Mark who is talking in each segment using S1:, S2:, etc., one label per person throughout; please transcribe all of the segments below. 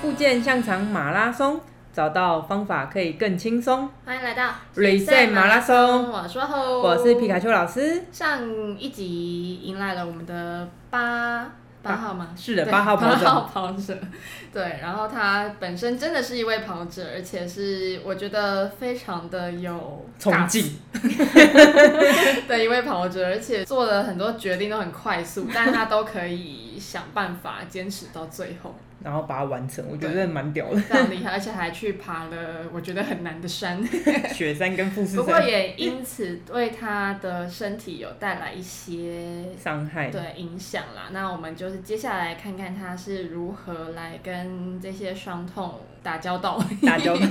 S1: 复健香肠马拉松，找到方法可以更轻松。
S2: 欢迎来到
S1: Reset 马拉松
S2: 哦我是后，
S1: 我是皮卡。丘老师，
S2: 上一集迎来了我们的八八号吗？
S1: 是的
S2: 对
S1: 八号跑者
S2: 八号跑者。对，然后他本身真的是一位跑者，而且是我觉得非常的有
S1: 崇敬，
S2: 的一位跑者，而且做了很多决定都很快速， 但他都可以想办法坚持到最后，
S1: 然后把它完成，我觉得蛮屌 的。
S2: 非常厉害，而且还去爬了我觉得很难 的山。
S1: 雪山跟富士
S2: 不过
S1: 山
S2: 也因此对他的身体有带来一些
S1: 伤害，
S2: 对影响啦。那我们就是接下来看看他是如何来跟这些伤痛打交道。
S1: 打 交道。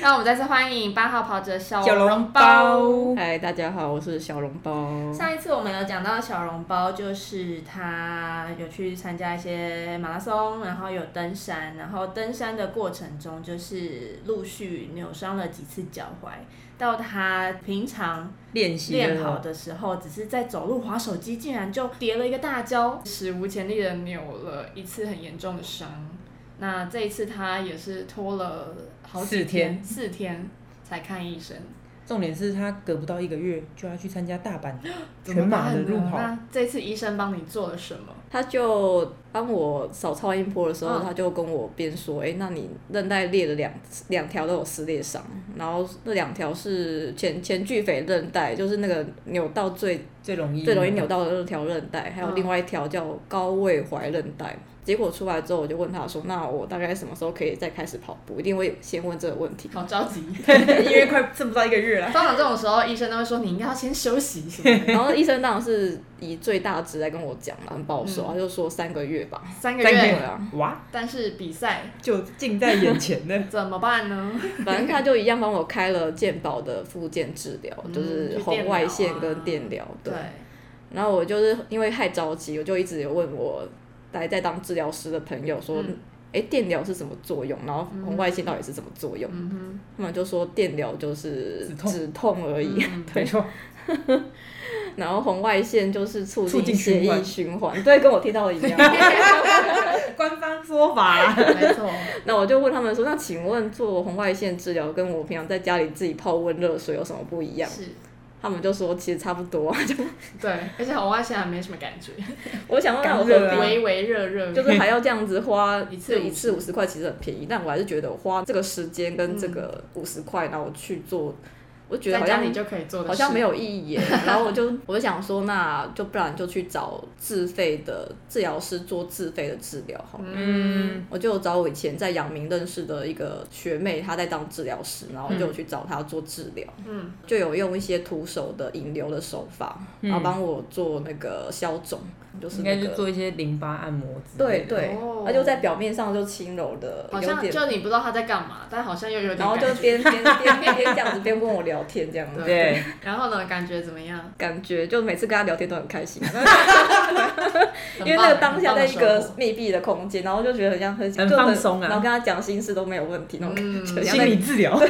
S2: 那我们再次欢迎八号跑者小
S1: 小笼
S2: 笼
S1: 包
S3: 嗨，大家好，我是小笼包。
S2: 上一次我们有讲到小笼包，就是他有去参加一些马拉松，然后有登山，然后登山的过程中就是陆续扭伤了几次脚踝，到他平常
S1: 练习
S2: 练
S1: 了
S2: 跑的时候，只是在走路滑手机，竟然就跌了一个大跤，史无前例的扭了一次很严重的伤。那这一次他也是拖了好几
S1: 四天，
S2: 四天才看医生。
S1: 重点是他隔不到一个月就要去参加大阪全马的路
S2: 怎么
S1: 跑，
S2: 办呢那这次医生帮你做了什么？
S3: 他就帮我扫超音波的时候，
S2: 嗯
S3: 他就跟我边说：“哎、那你韧带裂了两两条都有撕裂伤，然后那两条是前前距腓韧带，就是那个扭到最
S1: 最容易
S3: 最容易扭到的那条韧带，还有
S2: 嗯
S3: 另外一条叫高位踝韧带。结果出来之后，我就问他说：“那我大概什么时候可以再开始跑步？”一定会先问这个问题。
S2: 好着 急。
S1: 因为快剩不到一个月了。
S2: 通常这种时候，医生都会说你应该要先休息什么的，
S3: 然后医生当然是以最大值来跟我讲嘛，很保守，他就说三个月吧。
S2: 嗯三个
S1: 三个
S3: 对
S2: 月。
S1: 月
S3: 啊，
S1: 哇，
S2: 但是比赛。
S1: 就近在眼前 呢
S2: 怎么办呢？
S3: 反正他就一样帮我开了健保的附件治疗，
S2: 嗯
S3: 就是红外
S2: 啊
S3: 线跟电疗。
S2: 对
S3: 对，，然后我就是因为太着急，我就一直有问我待在当治疗师的朋友说
S2: 嗯，
S3: 哎、电疗是什么作用？然后红外线到底是什么作用？
S2: 嗯
S3: 他们就说电疗就是
S1: 止痛
S3: 止痛而
S2: 哼，
S3: 已，
S2: 嗯
S1: 没错，
S3: 然后红外线就是促
S1: 促进
S3: 进
S1: 循
S3: 血
S1: 环
S3: 液循环，对，跟我听到的一样。
S1: 官方说法啦。
S2: 没错，
S3: 那我就问他们说，那请问做红外线治疗跟我平常在家里自己泡温热水有什么不一样？
S2: 是，
S3: 他们就说其实差不多啊，就
S2: 对，而且红外线还没什么感觉，
S3: 我想问那我
S1: 干热
S3: 何
S1: 啊
S3: 必
S2: 微微热热，
S3: 就是还要这样子花
S2: 一次
S3: 对一次五十块，其实很便宜，但我还是觉得我花这个时间跟这个五十块，然后去做，我就觉得
S2: 在
S3: 好
S2: 家
S3: 像
S2: 里就可以做的，
S3: 好像没
S2: 有，
S3: 有意义耶。然后我就我就想说，那就不然就去找自费的治疗师做自费的治疗好了。
S1: 嗯，
S3: 我就有找我以前在阳明认识的一个学妹，她在当治疗师，然后就有去找她做治疗，
S2: 嗯，
S3: 就有用一些徒手的引流的手法，然后帮我做那个消肿，就是
S1: 应该
S3: 那
S1: 是
S3: 个
S1: 做一些淋巴按摩之类
S3: 对
S1: 的。
S3: 对
S2: 哦，
S3: 他就在表面上就轻柔的，
S2: 嗯好
S3: 有
S2: 像
S3: 点，
S2: 就你不知道他在干嘛，但好像又有点
S3: 然后
S2: 感
S3: 就
S2: 觉，
S3: 边边边边这样子边跟我聊天这样子，
S1: 对，
S2: 然后呢，感觉怎么样？
S3: 感觉就每次跟他聊天都很开心，
S2: 很
S3: 因为
S2: 棒
S3: 那个当下在一
S2: 很棒的收
S3: 个
S2: 获
S3: 密闭的空间，然后就觉得很像很
S1: 很
S3: 就
S1: 放松啊
S3: 然后跟他讲心事都没有问题那种感觉，
S2: 嗯
S3: 像
S1: 心理
S3: 在。
S1: 治疗。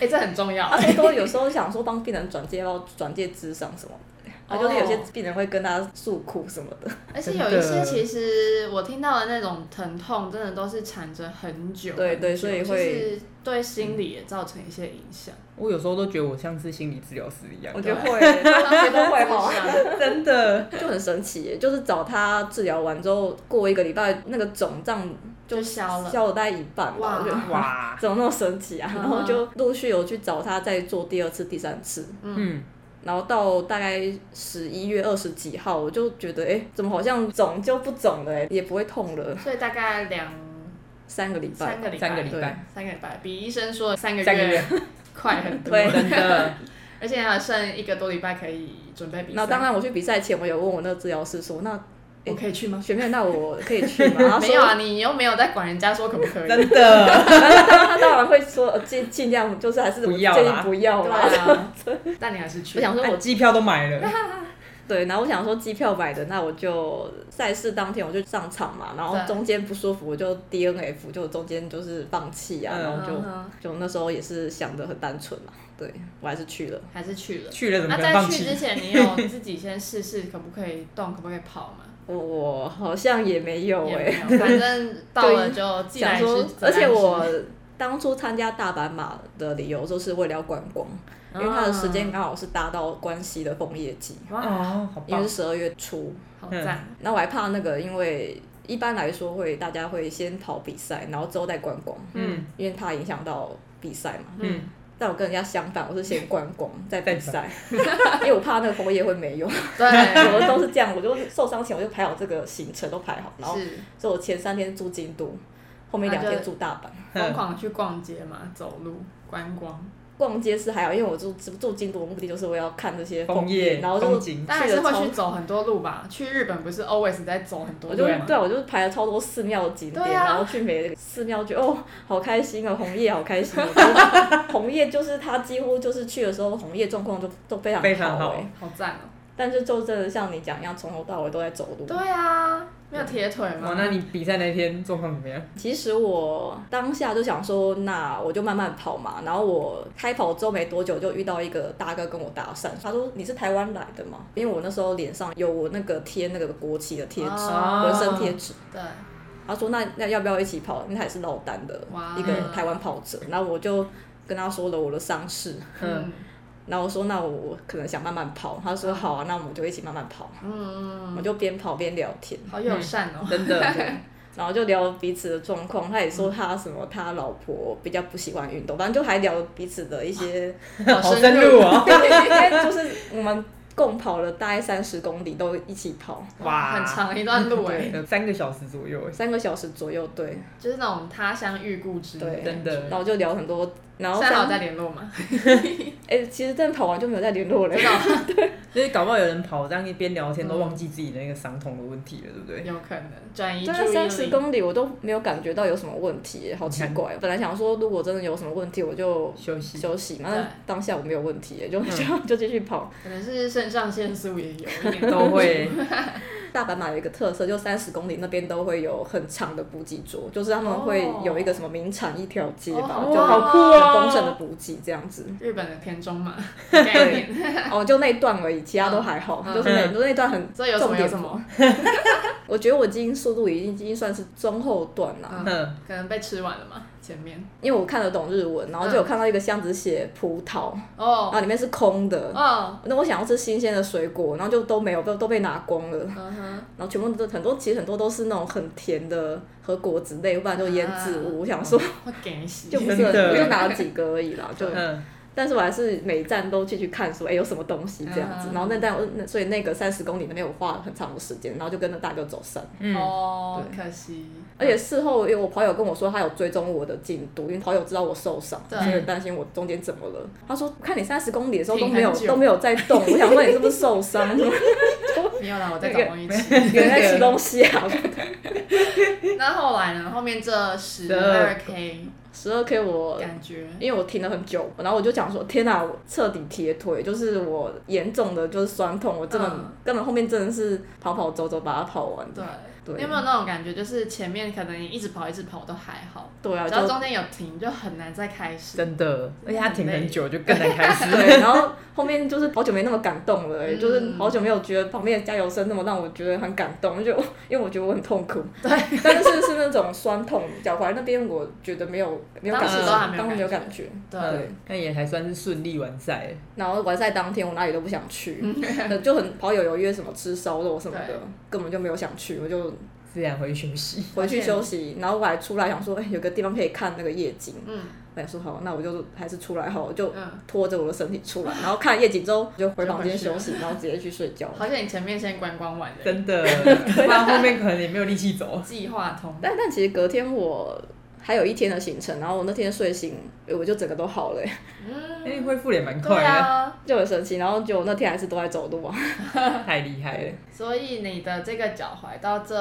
S2: 哎，这很 重要
S3: 他，说都有时候想说帮病人转介，要转介智商什么的，他就是有些
S2: 哦
S3: 病人会跟他诉苦什么的，
S2: 而且
S1: 真的
S2: 有一些其实我听到的那种疼痛，真的都是缠着很久，
S3: 对
S2: 很
S3: 对
S2: 久
S3: 所以
S2: 就
S3: 会
S2: 是对心理也造成一些影 响，
S1: 我有时候都觉得我像是心理治疗师一样
S3: 我，觉得会， 觉得会啊哈。
S1: 真的。
S3: 就很神奇耶，就是找他治疗完之后，过一个礼拜，那个肿胀
S2: 就消了
S3: 消了大概一半
S2: 哇
S3: 吧。我觉得
S1: 哇，
S3: 怎么那么神奇啊？
S2: 嗯
S3: 然后就陆续有去找他再做第二次、第三次，
S1: 嗯，
S3: 然后到大概十一月二十几号，我就觉得哎、诶怎么好像肿就不肿了、诶也不会痛了，
S2: 所以大概两
S3: 三个礼拜
S2: 三。个礼拜，
S1: 三个礼拜，
S2: 三个礼拜，比医生说的三个
S1: 三个月
S2: 月 快很多，
S3: 对
S1: 真的。
S2: 而且还剩一个多礼拜可以准备比
S3: 然
S2: 赛。
S3: 后当然我去比赛前，我有问我那个治疗师说，那
S2: 我可以去吗？
S3: 学妹那我可以 去吗？然后他说
S2: 没有啊，你又没有在管人家说可不可以。
S1: 真的，
S3: 他他当然会说呃尽尽量就是还是我
S1: 不
S3: 建
S1: 要
S3: 议
S1: 啦
S3: 不要
S2: 对
S3: 啦。
S2: 啊，但你还是去。
S3: 我想说 我
S1: 我机票都买了，
S3: 对，然后我想说机票买的，那我就赛事当天我就上场嘛，然后
S2: 对
S3: 中间不舒服我就 DNF，就中间就是放弃啊，
S1: 嗯
S3: 然后就、
S2: 嗯哼
S3: 就那时候也是想的很单纯嘛，对我还是去了。
S2: 还是去了。
S1: 去了怎么
S2: 那
S1: 可能
S2: 在
S1: 嗯放
S2: 去之
S1: 弃？
S2: 前，你有自己先试试可不可以动，可不可以跑吗？
S3: 我好像也没有
S2: 也
S3: 哎、
S2: 没有，反正到了就既
S3: 想
S2: 然是
S3: 说
S2: 自，然
S3: 而且
S2: 是
S3: 我当初参加大阪马的理由就是为了要观光，因为它的时
S2: 嗯哦
S3: 间刚好是搭到关西的枫叶季，
S2: 哇，
S1: 哦，好
S3: 因为
S1: 棒
S3: 是，十二月初。
S2: 好赞，
S3: 那我还怕那个，因为一般来说会大家会先跑比赛，然后之后再观光，
S1: 嗯
S3: 因为怕影响到比赛嘛。
S1: 嗯，
S3: 但我跟人家相反，我是先观光再
S1: 再
S3: 比赛， 因为我怕那个枫叶会没用，
S2: 对，
S3: 我都是这样，我就受伤前我就排好这个行程都排好，然后
S2: 是
S3: 所以我前三天住京都，后面两
S2: 那就
S3: 天住大阪。
S1: 嗯
S2: 疯狂地去逛街嘛，走路观光，
S3: 逛街是还好，因为我住住住京都的目的就是我要看这些
S1: 嗯枫叶、
S3: 然后
S1: 风
S3: 就
S1: 景，
S2: 但还是会
S3: 去了
S2: 去走很多路吧。去日本不是 always 在走很多
S3: 我
S2: 路
S3: 就
S1: 啊
S2: 吗？
S3: 对，我就是排了超多寺庙的景点，
S2: 对啊
S3: 然后去每个寺庙觉得哦，好开心哦，红叶好开心、哦。 然后红叶就是它几乎就是去的时候，红叶状况就都非常
S1: 非常
S3: 好、
S1: 好
S3: 欸。
S2: 好赞哦！
S3: 但是就真的像你讲一样，从头到尾都在走路。
S2: 对啊，没有铁腿
S1: 哇，？
S2: 吗
S1: 哦那你比赛那天状况怎么样？
S3: 其实我当下就想说，那我就慢慢跑嘛。然后我开跑之后没多久，就遇到一个大哥跟我搭讪，他说你是台湾来的吗？因为我那时候脸上有我那个贴那个国旗的贴纸，
S2: 哦
S3: 纹身贴纸。
S2: 对，
S3: 他说那那要不要一起跑？因为他也是落单的
S2: 哇
S3: 一个台湾跑者。然后我就跟他说了我的伤势，
S1: 嗯，
S2: 嗯
S3: 然后我说那我可能想慢慢跑。他说好啊，那我们就一起慢慢跑。我
S2: 嗯，
S3: 们就边跑边聊天。
S2: 好友善 哦。
S1: 真 的，
S3: 然后就聊彼此的状况，他也说他什么，他老婆比较不喜欢运动，反正就还聊彼此的 一些，
S1: 好深入哦，
S3: 对因为就是我们共跑了大概三十公里，都一起跑
S1: 哇，
S3: 啊
S2: 很长一段 路哎，
S1: 对，三个小时左右，
S3: 三个小时左右，对，
S2: 就是那种他乡遇故知。
S3: 对
S1: 真
S3: 然
S1: 的，
S3: 后就聊很多，然后
S2: 现在还有
S3: 像
S2: 在
S3: 哎、
S2: 联络吗？
S3: 其实真的跑完就没有再联络了，
S1: 就是搞不好有人跑这样一边聊天都忘记自己的那个伤痛的问题了，对不 对？
S2: 有可能转移注
S3: 但啊是
S2: 意
S3: 三十
S2: 力。
S3: 公里我都没有感觉到有什么问题，好奇
S2: 嗯
S3: 怪哦。本来想说如果真的有什么问题，我就
S1: 休息，
S3: 休息嘛，
S2: 对嗯
S3: 但当下我没有问题，就就 就继续跑。
S2: 可能是肾上腺素也有一 点。
S1: 都会，
S3: 大阪马有一个特色，就三十公里那边都会有很长的补给桌，就是他们会有一个什么名产一条街吧，
S2: 哦
S3: 就
S2: 好酷
S1: 哦
S3: 很丰盛的补给这样子。
S2: 日本的田中嘛，概念。
S3: 哦，就那一段而已，其他都还好，
S2: 嗯
S3: 就是那就那一段很
S2: 所以有什
S3: 重
S2: 么
S3: 点
S2: 有什么，
S3: 我觉得我基因速度已经已经算是中后段了。
S2: 嗯
S1: 嗯，
S2: 可能被吃完了嘛，前面。
S3: 因为我看得懂日文，然后就有看到一个箱子写葡萄，然
S2: 嗯哦
S3: 后里面是空的。
S2: 哦，
S3: 那我想要吃新鲜的水果，然后就都没有，都都被拿光了。
S2: 嗯哼，
S3: 然后全部都很多，其实很多都是那种很甜的和果子类，不然就腌制物。
S2: 啊
S3: 我想说，
S2: 会给洗。
S3: 就不是
S1: 真的
S3: 很，就拿了几个而已啦，就。
S1: 嗯，
S3: 但是我还是每一站都去去看说，哎、有什么东西这样子。
S2: 嗯
S3: 然后那站我那所以那个三十公里里面我花了很长的时间，然后就跟着大哥走散。
S1: 嗯，
S2: 哦，
S3: 对哎
S2: 可惜。
S3: 而且事后，因为我跑友跟我说，他有追踪我的进度，因为跑友知道我受伤，
S2: 对
S3: 所以很担心我中间怎么了。他说，看你三十公里的时候都
S2: 停
S3: 没有
S2: 很久
S3: 都没有在动，我想问你是不是受 伤？有
S2: 没有啦，我在找
S3: 那个
S2: 东西 吃。
S3: 人在吃东西啊？
S2: 那后来呢？后面这十
S1: 十
S2: 二
S1: 二
S2: K
S3: 十二 K 我
S2: 感觉
S3: 因为我停了很久，然后我就讲说，天哪、我彻底铁腿，就是我严重的就是酸痛，我真的、
S2: 嗯
S3: 根本后面真的是跑跑走走把它跑完的。
S2: 对。
S3: 对
S2: 你有没有那种感觉？就是前面可能你一直跑一直跑都还好，
S3: 对啊，
S2: 只要
S3: 就
S2: 中间有停就很难再开始。
S1: 真的，而且他停很久就更难开始，
S3: 对，然后后面就是好久没那么感动了、
S2: 嗯
S3: 就是好久没有觉得旁边的加油声那么让我觉得很感动，就 因为我觉得我很 痛苦。对， 但是是那种酸痛，脚踝那边我觉得没有没有感
S2: 当
S3: 觉
S1: 时，
S2: 都还没有
S3: 当时没有
S2: 感
S3: 感觉。
S2: 对，
S1: 嗯，但也还算是顺利完赛，
S3: 然后完赛当天，我哪里都不想去， 就很跑友有约什么吃烧肉什么
S2: 嗯对
S3: 的，根本就没有想去，我就
S1: 自然回去休息，
S3: 回去休息，然后我还出来想说，哎、有个地方可以看那个夜景。
S2: 嗯
S3: 我想说好，那我就还是出来好了，我就
S2: 嗯，
S3: 拖着我的身体出来，然后看夜景之后就回房间休息，然后直接去睡觉。
S2: 好像你前面先观光完的
S1: 真 的，不然后面可能也没有力气走，
S2: 计划通，
S3: 但但其实隔天我还有一天的行程，然后我那天睡醒，哎我就整个都好了、
S1: 因
S2: 嗯，
S1: 为哎恢复的也蛮
S2: 对
S1: 快的，
S2: 啊，
S3: 就很神奇。然后就那天还是都在走 路啊，
S1: 太厉害了，
S2: 所以你的这个脚踝到这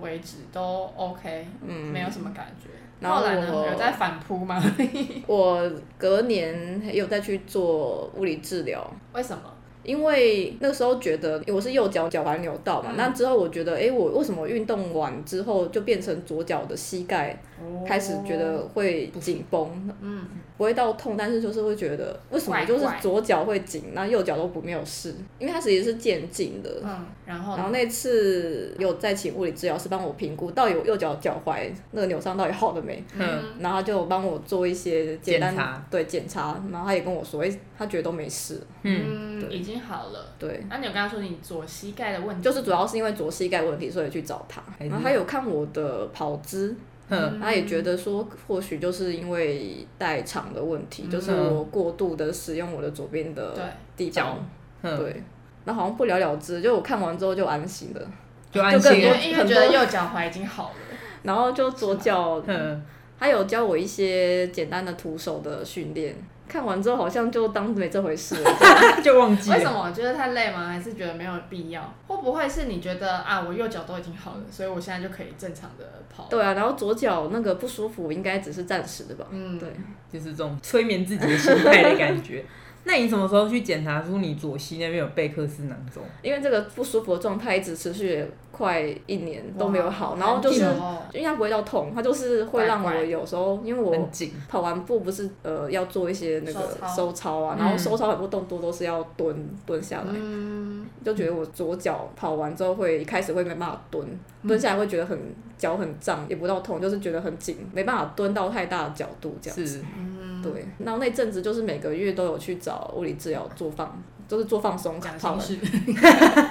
S2: 为止都 OK，
S3: 嗯，
S2: 没有什么感觉。
S3: 然后
S2: 后来呢？
S3: 我
S2: 有在反扑吗？
S3: 我隔年又再去做物理治疗，
S2: 为什么？
S3: 因为那个时候觉得因为我是右脚脚踝扭到嘛，
S2: 嗯
S3: 那之后我觉得，哎、我为什么运动完之后就变成左脚的膝盖开始觉
S2: 哦
S3: 得会紧绷，
S2: 嗯，
S3: 不会到痛，但是就是会觉得为什么
S2: 怪
S3: 就是
S2: 怪
S3: 左脚会紧，然后右脚都不没有事，因为它其实是渐进的。
S2: 嗯，然后
S3: 然后那次有再请物理治疗师帮我评估到底我右脚脚踝那个扭伤到底好了没，
S1: 嗯，
S3: 然后他就帮我做一些简单
S1: 检查
S3: 对检查，然后他也跟我说，哎、他觉得都没事，
S2: 嗯已经好了。啊
S3: 对，
S2: 那、你有跟他说你左膝盖的问题？
S3: 就是主要是因为左膝盖问题，所以去找他，
S1: 哎
S3: 然后他有看我的跑姿，
S2: 嗯
S1: 哼，
S3: 他也觉得说，或许就是因为代偿的问题，就是我过度的使用我的左边
S2: 嗯对嗯
S3: 的地
S1: 脚
S3: 方，
S1: 哼，
S3: 对，然后好像不了了之，就我看完之后就安心了，
S1: 就安心
S2: 因
S1: 了，
S2: 为因为觉得右脚踝已经好了。
S3: 然后就左脚
S2: 嗯
S1: 哼，
S3: 他有教我一些简单的徒手的训练，看完之后好像就当没这回事了。
S1: 就忘记
S2: 为什
S1: 了。
S2: 么？觉得太累吗？还是觉得没有必要？会不会是你觉得啊，我右脚都已经好了，所以我现在就可以正常的跑？
S3: 对啊，然后左脚那个不舒服应该只是暂时的吧？
S2: 嗯，
S3: 对，
S1: 就是这种催眠自己的心态的感 觉。那你什么时候去检查出你左膝那边有贝克斯囊肿？
S3: 因为这个不舒服的状态一直持续了快一年都没有好，
S2: 哇
S3: 然后就是
S2: 很久哦
S3: 因为它不会到痛，它就是会让我
S2: 怪怪
S3: 有时候因为我
S1: 很紧，
S3: 跑完步不是呃要做一些那个
S2: 收操
S3: 收操啊，
S1: 嗯
S3: 然后收操很多动作都是要蹲蹲下来，
S2: 嗯，
S3: 就觉得我左脚跑完之后会一开始会没办法蹲，蹲下来会觉得很脚很胀，也不到痛，就是觉得很紧，没办法蹲到太大的角度这样。
S1: 是
S2: 嗯
S3: 对，然后那阵子就是每个月都有去找物理治疗做放，就是做放松，
S2: 讲
S3: 跑
S2: 心
S3: 完
S2: 事。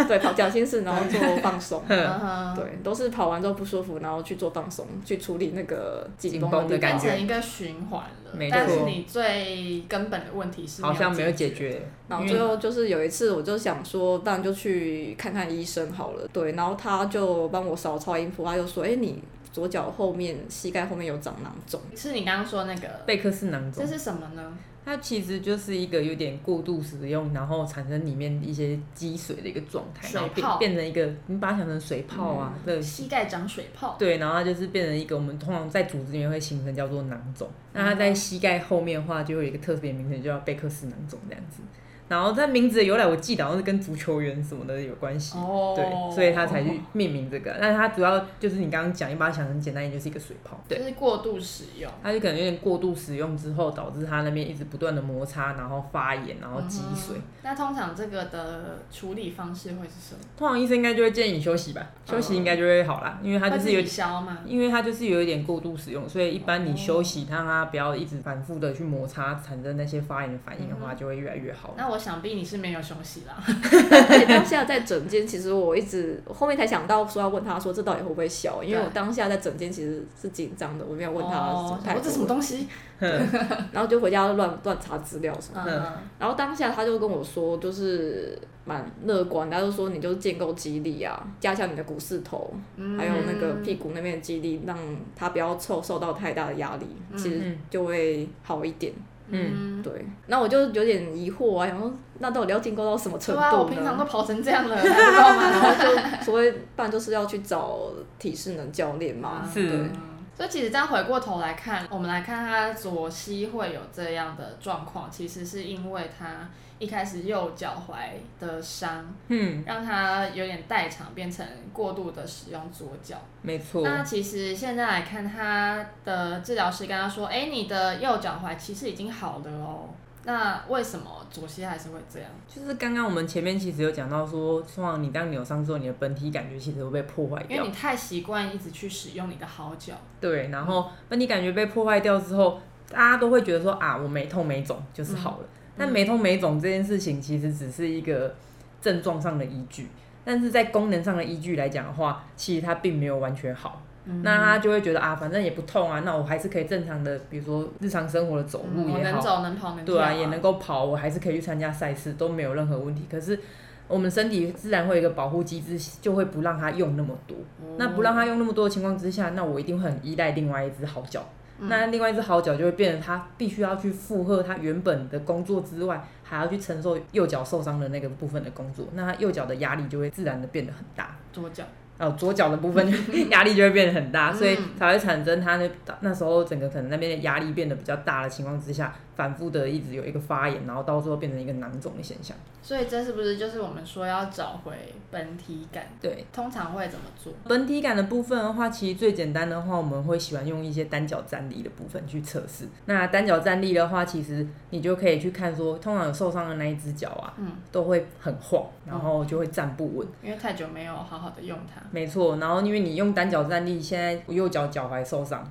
S3: 对跑脚心室，然后做放松。
S2: 嗯哼
S3: 对，都是跑完之后不舒服，然后去做放松，去处理那个紧
S1: 紧
S3: 绷
S1: 绷
S3: 的
S1: 的
S3: 地方
S1: 感
S2: 变
S1: 觉
S2: 成一个循环了
S1: 没，错
S2: 但是你最根本的问题是
S1: 好像没有解
S2: 解，
S1: 决，
S3: 然
S2: 嗯
S3: 后
S1: 因
S3: 最
S1: 为
S3: 后就是有一次，我就想说，不然就去看看医生好了。对，然后他就帮我扫超音波，他就说：“哎、你左脚后面膝盖后面有长囊 肿。
S2: 是你刚刚说那个，
S1: 贝克斯囊肿
S2: 这，是什么呢？
S1: 它其实就是一个有点过度使用，然后产生里面一些积水的一个状态，
S2: 水
S1: 然后变
S2: 泡
S1: 变成一个，你把它想成水泡啊，对、
S2: 膝盖长水泡，
S1: 对，然后它就是变成一个我们通常在组织里面会形成叫做囊肿。那它
S2: 嗯
S1: 在膝盖后面的话，就会有一个特别名称，就叫贝克斯囊肿这样子。然后它名字的由来，我记得好像是跟足球员什么的有关系。
S2: 哦，
S1: 对，所以它才去命名这个。但是它主要就是你刚刚讲，你把它想成简单一点，就是一个水泡。对
S2: 就，是过度使用，
S1: 它就可能有点过度使用之后，导致它那边一直不断的摩擦，然后发炎，然后积水。
S2: 嗯那通常这个的处理方式会是什么？
S1: 通常医生应该就会建议你休息吧，休息应该就会好啦，因为它就是有
S2: 会自己，消吗？
S1: 因为它就是有一点过度使用，所以一般你休息，让它不要一直反复的去摩擦，产生那些发炎的反应的话，就会越来越好。
S2: 那我想必你是没有休息啦。”
S3: 而且当下在诊间，其实我一直我后面才想到说要问他说这到底会不会消，因为
S2: 对
S3: 我当下在诊间其实是紧张的，我没有问他什么
S2: 哦，
S3: 太
S2: 我这什么
S3: 多，
S2: 东西？
S3: 然后就回家乱乱查资料什么的。
S2: 嗯嗯
S3: 然后当下他就跟我说，就是蛮乐观的，他就说你就是建构肌力啊，加强你的股四头，
S2: 嗯
S3: 还有那个屁股那边的肌力，让它不要受受到太大的压力，其实就会好一点。
S1: 嗯
S2: 嗯，
S3: 对，那我就有点疑惑啊，想说那到底要建构到什么程
S2: 对
S3: 度
S2: 啊，我
S3: 呢？
S2: 平常都跑成这样了，还不知道吗？
S3: 然后就所谓不然就是要去找体适能教练嘛，
S1: 是
S3: 对
S2: 嗯所以其实这样回过头来看，我们来看他左膝会有这样的状况，其实是因为他一开始右脚踝的伤，
S1: 嗯，
S2: 让他有点代偿，变成过度的使用左脚。
S1: 没错，
S2: 那其实现在来看，他的治疗师跟他说：“哎、你的右脚踝其实已经好了哦。”那为什么左膝还是会这样？
S1: 就是刚刚我们前面其实有讲到说，通常你当扭伤之后，你的本体感觉其实会被破坏
S2: 因
S1: 掉
S2: 为你。太习惯一直去使用你的好脚，
S1: 对，然后那你感觉被破坏掉之后，大家都会觉得说啊，我没痛没肿就是好了。但没痛没肿这件事情其实只是一个症状上的依据，但是在功能上的依据来讲的话，其实它并没有完全好。那他就会觉得啊，反正也不痛啊，那我还是可以正常的，比如说日常生活的走路也
S2: 我哦能
S1: 好，
S2: 走能跑能跳、
S1: 对啊，也能够跑，我还是可以去参加赛事，都没有任何问题。可是我们身体自然会有一个保护机制，就会不让它用那么多。那不让它用那么多的情况之下，那我一定会很依赖另外一只好脚。那另外一只好脚就会变成它必须要去负荷它原本的工作之外，还要去承受右脚受伤的那个部分的工作，那它右脚的压力就会自然的变得很大。
S2: 左脚。
S1: 呃，左脚的部分 压力就会变得很大，所以才会产生他那那时候整个可能那边的压力变得比较大的情况之下，反复的一直有一个发炎，然后到最后变成一个囊肿的现象。
S2: 所以这是不是就是我们说要找回本体感？
S1: 对，
S2: 通常会怎么做？
S1: 本体感的部分的话，其实最简单的话，我们会喜欢用一些单脚站立的部分去测试。那单脚站立的话，其实你就可以去看说，通常有受伤的那一只脚啊，
S2: 嗯，
S1: 都会很晃，然后就会站不稳。
S2: 因为太久没有好好的用它。
S1: 没错，然后因为你用单脚站立，现在右脚脚踝受伤，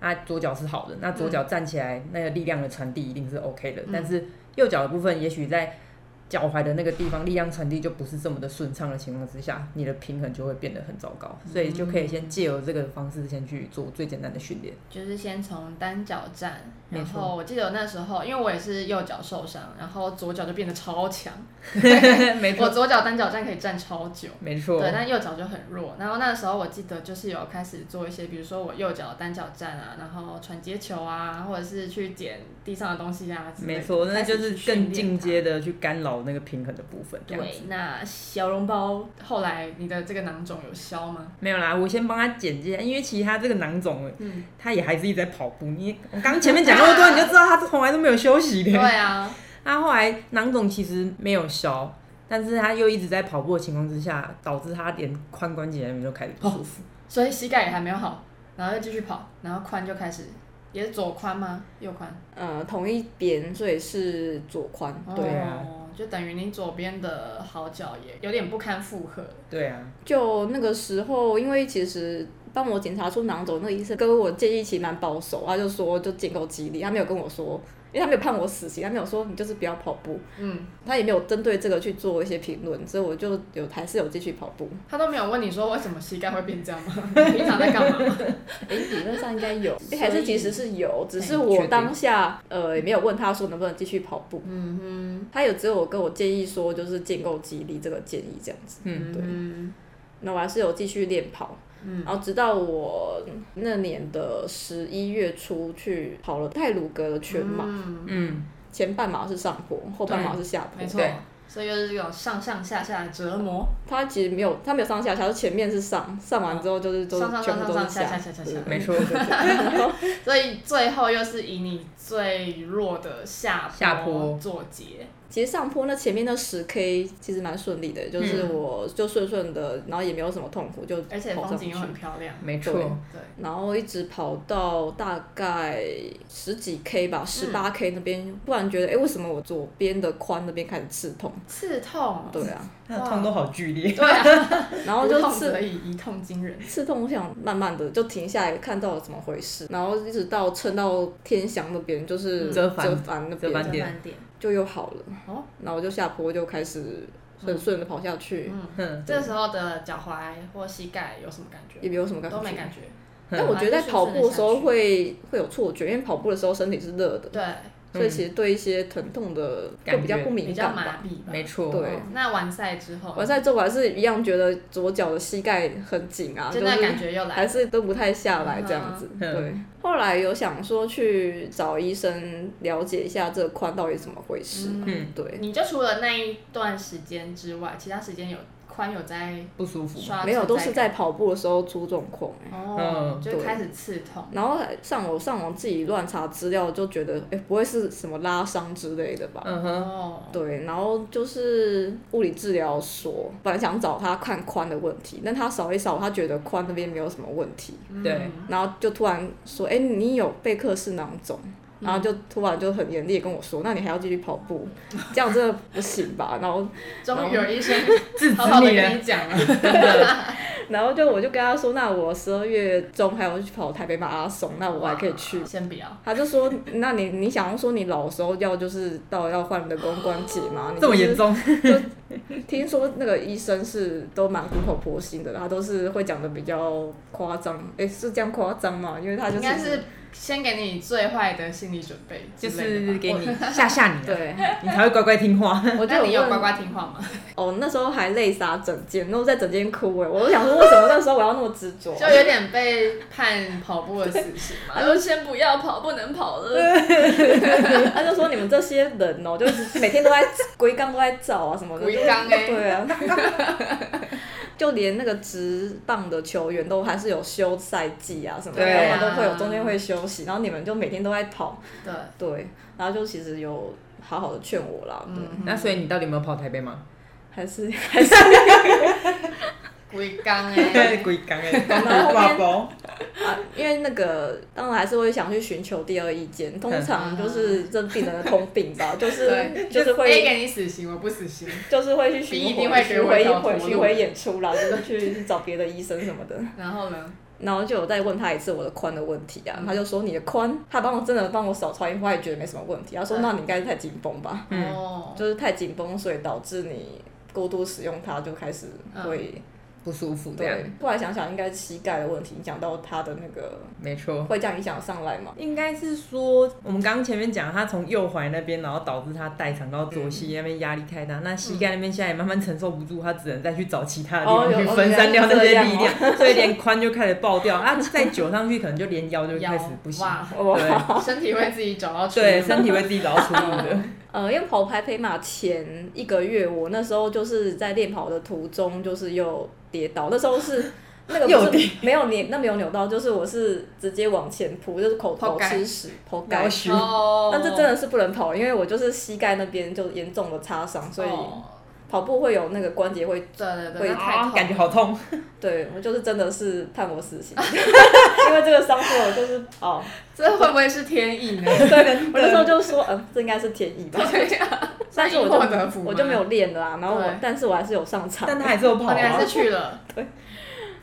S1: 那左脚是好的，那左脚站起来、那个力量的传递一定是 OK 的，
S2: 嗯
S1: 但是右脚的部分也许在脚踝的那个地方力量传递就不是这么的顺畅的情况之下，你的平衡就会变得很糟糕，
S2: 嗯
S1: 所以就可以先借由这个方式先去做最简单的 训练。
S2: 就是先从单脚站，
S1: 没
S2: 然
S1: 错
S2: 后我记得我那时候，因为我也是右脚受伤，然后左脚就变得超强。
S1: 没
S2: 我
S1: 错，
S2: 左脚单脚站可以站超久，
S1: 没错
S2: 对，，但右脚就很弱。然后那时候我记得就是有开始做一些，比如说我右脚单脚站啊，然后传接球啊，或者是去捡地上的东西啊之类的
S1: 没错，那
S2: 开
S1: 就
S2: 始
S1: 是
S2: 去训
S1: 更
S2: 练
S1: 进
S2: 它
S1: 阶的去干扰那个平衡的部分，这样子
S2: 对，。那小笼包后来你的这个囊肿有消 吗？
S1: 没有啦，我先帮他简介，因为其实他这个囊肿，
S2: 嗯
S1: 他也还是一直在跑步。你我刚前面讲那么多，你就知道他从来都没有休息
S2: 对
S1: 的。
S2: 啊，
S1: 他后来囊肿其实没有消，但是他又一直在跑步的情况之下，导致他连髋关节那边就开始不舒服。
S2: 所以膝盖也还没有好，然后又继续跑，然后髋就开始也是左髋吗？右髋？
S3: 呃，同一边，所以是左髋，对。
S1: 对啊
S2: 哦，就等于你左边的好脚也有点不堪负荷。
S1: 对啊，
S3: 就那个时候，因为其实帮我检查出囊肿那个医生跟我建议其实蛮保守，啊他就说就建构肌力，他没有跟我说，因为他没有判我死刑，他没有说你就是不要跑步，
S2: 嗯，
S3: 他也没有针对这个去做一些评论，所以我就有还是有继续跑步。
S2: 他都没有问你说为什么膝盖会变这样吗？ 你平常在干嘛？
S3: 诶，理论上应该有，
S2: 所
S3: 诶
S2: 以
S3: 还是其实是有，只是
S1: 哎确
S3: 我
S1: 定
S3: 当下呃也没有问他说能不能继续跑步，
S2: 嗯
S3: 他有只有跟我建议说就是建构肌力这个建议这样子。
S2: 哼，
S3: 对
S2: 嗯
S3: 那我还是有继续练跑，
S2: 嗯
S3: 然后直到我那年的十一月初去跑了泰鲁格的全马，
S2: 嗯，
S1: 嗯，
S3: 前半马是上坡，后半马是下坡
S2: 没。错
S1: 对。
S2: 所以就是这种上上下下的折磨，
S3: 它其实没有，它没有上下下，它前面是上，上完之后就是都
S2: 上上
S3: 全
S2: 上
S3: 部
S2: 上上
S3: 都是
S2: 下下下下下，
S1: 没错，
S2: 所以最后又是以你最弱的下
S1: 下坡
S2: 做结，
S3: 其实上坡那前面那十 K 其实蛮顺利的，就是我就顺顺的，然后也没有什么痛苦，就
S2: 嗯而且
S3: 跑
S2: 风
S3: 上
S2: 景
S3: 去
S2: 又。很漂亮。
S1: 没
S3: 对
S1: 错，
S2: 对，
S3: 然后一直跑到大概十几 K
S2: 嗯
S3: 吧，十八 K 那边，突然觉得，哎、为什么我左边的髋那边开始刺痛？
S2: 刺痛，
S3: 对啊，
S1: 他的痛都好剧烈。
S2: 对啊，
S3: 然后
S2: 无
S3: 就
S2: 痛
S3: 刺
S2: 则已，一痛惊人。
S3: 刺痛，我想慢慢的就停下来，看到了怎么回事，然后一直到撑到天祥那边，就是
S1: 嗯折返
S3: 返那
S1: 折返
S3: 边
S1: 慢点
S2: 慢点，
S3: 就又好了。
S2: 哦，
S3: 然后我就下坡就开始很顺的跑下去，
S2: 嗯，
S1: 哼，
S2: 这时候的脚踝或膝盖有什么感觉？
S3: 也没有什么感觉，嗯
S2: 都没感觉。
S3: 但我觉得在跑步的时候会会有错觉，因为跑步的时候身体是热的，
S2: 对，
S3: 所以其实对一些疼痛的就比较不
S2: 嗯
S3: 敏
S2: 比较
S3: 感
S2: 麻
S3: 吧。
S2: 痹吧。
S1: 没错，
S3: 对
S2: 哦那完赛之后，
S3: 完赛之后我还是一样觉得左脚的膝盖很紧啊，
S2: 就
S3: 就
S2: 那感
S3: 是
S2: 觉又来
S3: 还
S2: 了。
S3: 是蹲不太下来这样子。
S1: 嗯
S3: 对，后来有想说去找医生了解一下这个髋到底怎么回事。
S1: 嗯，
S3: 对，
S2: 你就除了那一段时间之外，其他时间有宽有在
S1: 不舒服。
S2: 啊刷存在感，
S3: 没有都是在跑步的时候出状况。
S2: 哦，
S1: 嗯
S2: 就
S3: 对
S2: 开始刺痛。
S3: 然后上我上网自己乱查资料，就觉得哎、诶不会是什么拉伤之类的吧？
S1: 嗯哼，
S2: 哦，
S3: 对，然后就是物理治疗所，本来想找他看髋的问题，但他扫一扫，他觉得髋那边没有什么问题，
S2: 嗯
S1: 对，
S3: 然后就突然说：“哎、你有贝克氏囊肿。”
S1: 嗯
S3: 然后就突然就很严厉地跟我说：“那你还要继续跑 步，这样真的不行吧？”然后，
S2: 终于有医生
S1: 制止
S2: 好好的
S1: 你
S2: 跟
S1: 了，
S2: 你讲了。
S3: 然后就我就跟他说：“那我十二月中还要去跑台北马拉松，那 我还可以去
S2: 先不要，
S3: 他就说：“那你你想要说你老的时候要就是到要换人工关节吗？你
S1: 这么严
S3: 就是
S1: 重？
S3: 听说那个医生是都蛮苦口婆心的，他都是会讲的比较夸张。诶，是这样夸张吗？因为他就
S2: 应
S3: 是
S2: 该是先给你最坏的心理准备之
S1: 就
S2: 类的
S1: 是
S2: 吧，
S1: 给你 嗯吓吓你了，啊
S3: 对，
S1: 你才会乖乖听话。
S3: 我就
S2: 那你有
S3: 问
S2: 乖乖听话吗？
S3: 哦，那时候还泪洒整间，然后在整间哭欸诶，我都想说为什么那时候我要那么执着？啊
S2: 就有点被判跑步的死刑 嘛，就先不要跑，不能跑了。
S3: 他就说你们这些 人
S2: 欸
S3: 哦，就是每天都在龟缸都在找啊什么的，
S2: 鬼刚哎，
S3: 对啊，就连那个职棒的球员都还是有休赛季啊什么的，
S1: 对
S3: 他
S1: 啊
S3: 们都会有中间会休息，然后你们就每天都在跑，
S4: 对，
S3: 对，然后就其实有好好的劝我啦，对，
S4: 嗯，
S1: 那所以你到底有没有跑台北吗？，
S3: 还是 还是
S4: 龟缸
S2: 欸
S4: 哎
S1: 鬼刚哎，
S3: 然后后面
S1: 包。
S3: 啊，因为那个当然还是会想去寻求第二意见，通常就是这病人的通病吧， 就是
S4: 对
S3: 就是
S2: A
S3: 会
S2: 给你死刑，我不死刑。
S3: 就是会去巡
S2: 你一定
S3: 回
S2: 会学
S3: 巡
S2: 会
S3: 回
S2: 找
S3: 回
S2: 活
S3: 巡
S2: 路
S3: 回演出啦，就是去找别的医生什么的。
S4: 然后呢？
S3: 然后就有再问他一次我的宽的问题啊，他就说你的宽，他帮我真的帮我扫超音波，他也觉得没什么问题。他啊说
S4: 对
S3: 那你应该是太紧绷吧，
S1: 嗯
S4: 哦，
S3: 就是太紧绷，所以导致你过度使用它就开始会、
S1: 不舒服这样
S3: 对。。后来想想应该是膝盖的问题影响到他的那个
S1: 没错，
S3: 会这样影响上来嘛。
S1: 应该是说我们刚刚前面讲，他从右踝那边，然后导致他代偿到左膝那边压力太大，那膝盖那边现在也慢慢承受不住，他只能再去找其他的地
S3: 哦
S1: 方
S3: 有
S1: 去
S3: 哦
S1: 分散掉
S3: 原来
S1: 那
S3: 是
S1: 些
S3: 这样哦
S1: 力量， 所以连髋就开始爆掉啊，再久上去可能就连腰就开始不行，
S2: 哇，
S3: 哇
S1: 对
S2: 身体会自己找到出路。
S1: 对，身体会自己找到出路 的。
S3: 呃，因为跑台北马前一个月，我那时候就是在练跑的途中，就是又跌倒。那时 候是那个不
S1: 又
S3: 是没有扭，那没有扭到，就是我是直接往前扑，就是口
S2: 抛
S3: 头
S2: 盖
S3: 吃屎，头盖
S1: 高。虚，
S2: 哦，
S3: 但这真的是不能跑，因为我就是膝盖那边就严重的擦伤，所以
S2: 哦
S3: 跑步会有那个关节会，
S2: 对对
S3: 会
S2: 对，那太痛了
S1: 感觉好痛，
S3: 对我就是真的是判我死刑， 因为这个伤处我就是哦，
S2: 这会不会是天意呢？
S3: 对，我那时候就说，嗯，这应该是天意吧，
S2: 对呀，
S3: 但是我
S2: 因祸得福吗
S3: 就我就没有练了啊，然后我
S2: 对
S3: 但是我还是有上场，
S1: 但他还是有跑
S2: 哦你还
S1: 啊
S2: 是。去了，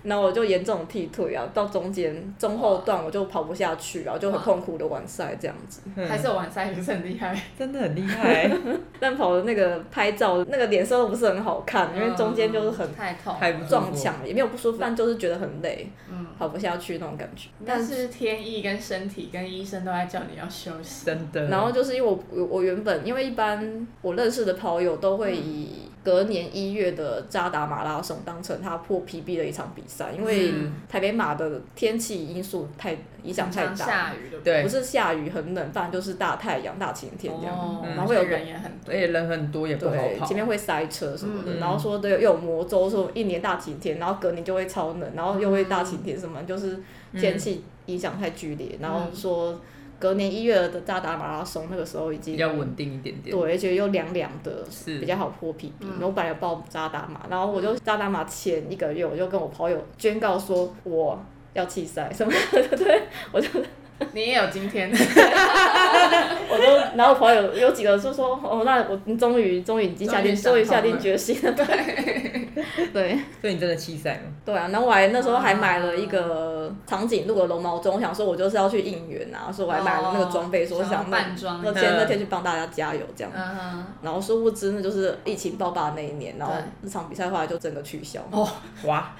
S3: 然后我就严重踢腿啊，到中间中后段我就跑不下去啊，就很痛苦的完赛这样子。
S1: 嗯
S2: 还是有完赛，也是很厉害。
S1: 真的很厉 害，
S3: 但跑的那个拍照那个脸色都不是很好 看，因
S2: 嗯
S3: 为中间就是很
S2: 哦太痛了，
S1: 太不
S3: 撞墙，也没有不舒服，但就是觉得很累，
S2: 嗯。
S3: 跑不下去那种感觉。
S2: 但是天意跟身体跟医生都在叫你要休息，
S1: 真的。
S3: 然后就是因为我我我原本因为一般我认识的跑友都会以隔年一月的扎达马拉松当成他破 PB 的一场比赛，因为
S1: 嗯
S3: 台北马的天气因素太影响太
S2: 常
S3: 大，
S2: 下雨的，
S1: 对
S3: 不，是下雨很冷，不然就是大太阳大晴天这样。
S2: 哦，
S1: 嗯
S2: 然后会有人也很多
S1: 而，且人很多也不好
S3: 对，
S1: 跑
S3: 前，面会塞车什么的，
S1: 嗯
S3: 然后说对，又有魔咒说一年大晴天，然后隔年就会超冷，然后又会大晴天什么，就是天
S1: 嗯
S3: 气影响太剧烈，然后说隔年一月的扎达马拉松那个时候已
S1: 比
S3: 经
S1: 较稳定一点点。
S3: 对，而且又凉凉的，
S1: 是嗯
S3: 比较好破皮。然后我本来有报扎达马，然后我就扎达马前一个月，我就跟我朋友宣告说我要弃赛什么的，对我就
S2: 你也有今 天，
S3: 我就，然后我朋友有几个就说，哦，那我你终于终于已经下定，
S2: 终
S3: 终
S2: 于
S3: 于
S2: 想
S3: 下
S2: 通
S3: 定
S2: 了
S3: 决心了，对， 对
S1: 所以你真的弃赛吗？
S3: 对啊，然后我还那时候还买了一个长颈鹿的绒毛装，我想说我就是要去应援啊，所以我还买了那个装备，说我
S2: 哦
S3: 想那
S2: 扮装
S3: 那天那天去帮大家加油这样。
S2: 嗯哼，
S3: 然后殊不知，那就是疫情爆发的那一年，然后
S2: 对
S3: 那场比赛后来就整个取消。
S1: 哇，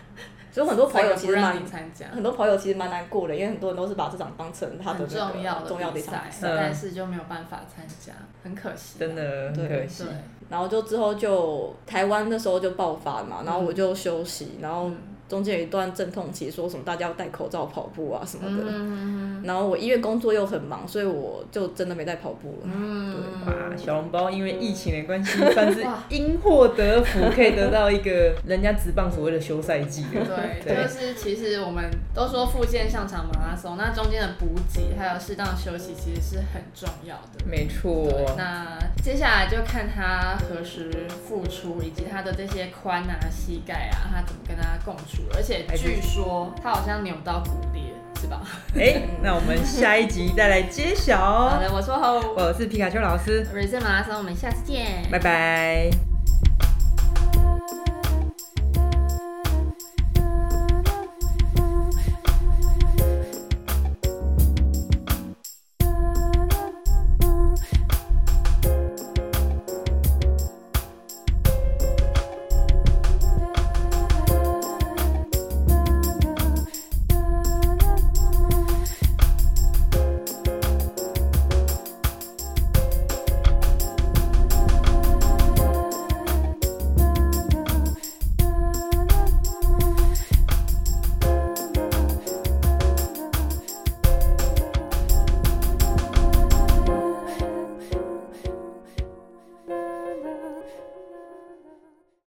S3: 所以很多朋
S2: 朋
S3: 友
S2: 友
S3: 其
S2: 不
S3: 实
S2: 让
S3: 蛮
S2: 你参加，
S3: 很多朋友其实蛮难过的，因为很多人都是把这场当成他的那
S2: 很
S3: 个
S2: 重要的
S3: 重要的
S2: 比
S3: 一场
S2: 赛
S3: 比，赛。
S1: 嗯
S2: 但是就没有办法参加，很可惜，
S1: 真的很可惜
S2: 对。，
S3: 然后就之后就台湾那时候就爆发嘛，然后
S2: 嗯
S3: 我就休息，然后中间有一段阵痛期，说什么大家要戴口罩跑步啊什么的。
S2: 嗯
S3: 然后我医院工作又很忙，所以我就真的没在跑步了。
S2: 嗯，
S1: 哇，小笼包因为疫情的关系，算是因祸得福，可以得到一个人家职棒所谓的休赛季了。
S2: 对，
S1: 对
S2: 就是其实我们都说复健上场马拉松，那中间的补给还有适当休息其实是很重要的。
S1: 没错，
S2: 那接下来就看他何时复出，以及他的这些髋啊、膝盖啊，他怎么跟他共处。而且
S1: 还是
S2: 据说他好像扭到骨裂，是吧？
S3: 啊
S1: 哎，那我们下一集再来揭
S2: 好
S1: 晓。哦
S2: 的，我说后
S1: 我是皮卡丘老师，
S2: 人生马拉松，我们下次见，
S1: 拜拜。